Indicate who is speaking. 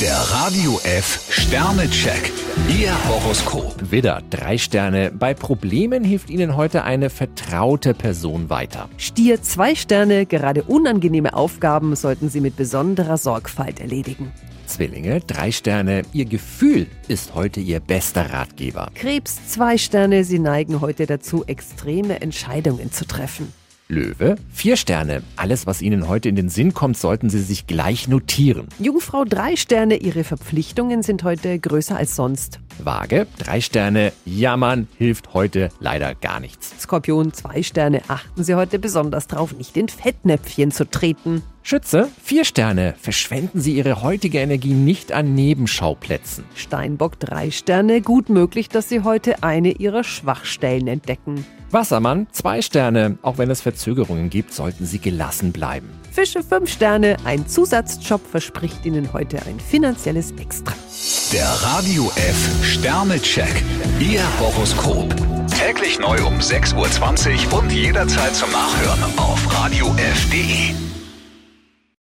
Speaker 1: Der Radio F Sternecheck. Ihr Horoskop.
Speaker 2: Widder, drei Sterne. Bei Problemen hilft Ihnen heute eine vertraute Person weiter.
Speaker 3: Stier zwei Sterne, gerade unangenehme Aufgaben sollten Sie mit besonderer Sorgfalt erledigen.
Speaker 2: Zwillinge, drei Sterne. Ihr Gefühl ist heute Ihr bester Ratgeber.
Speaker 3: Krebs zwei Sterne, Sie neigen heute dazu, extreme Entscheidungen zu treffen.
Speaker 2: Löwe, vier Sterne. Alles, was Ihnen heute in den Sinn kommt, sollten Sie sich gleich notieren.
Speaker 3: Jungfrau drei Sterne, Ihre Verpflichtungen sind heute größer als sonst.
Speaker 2: Waage, drei Sterne. Jammern hilft heute leider gar nichts.
Speaker 3: Skorpion zwei Sterne, achten Sie heute besonders darauf, nicht in Fettnäpfchen zu treten.
Speaker 2: Schütze, vier Sterne. Verschwenden Sie Ihre heutige Energie nicht an Nebenschauplätzen.
Speaker 3: Steinbock drei Sterne, gut möglich, dass Sie heute eine Ihrer Schwachstellen entdecken.
Speaker 2: Wassermann, zwei Sterne. Auch wenn es Verzögerungen gibt, sollten Sie gelassen bleiben.
Speaker 3: Fische fünf Sterne, ein Zusatzjob verspricht Ihnen heute ein finanzielles Extra.
Speaker 1: Der Radio F Sternecheck. Ihr Horoskop. Täglich neu um 6.20 Uhr und jederzeit zum Nachhören auf Radio radiof.de.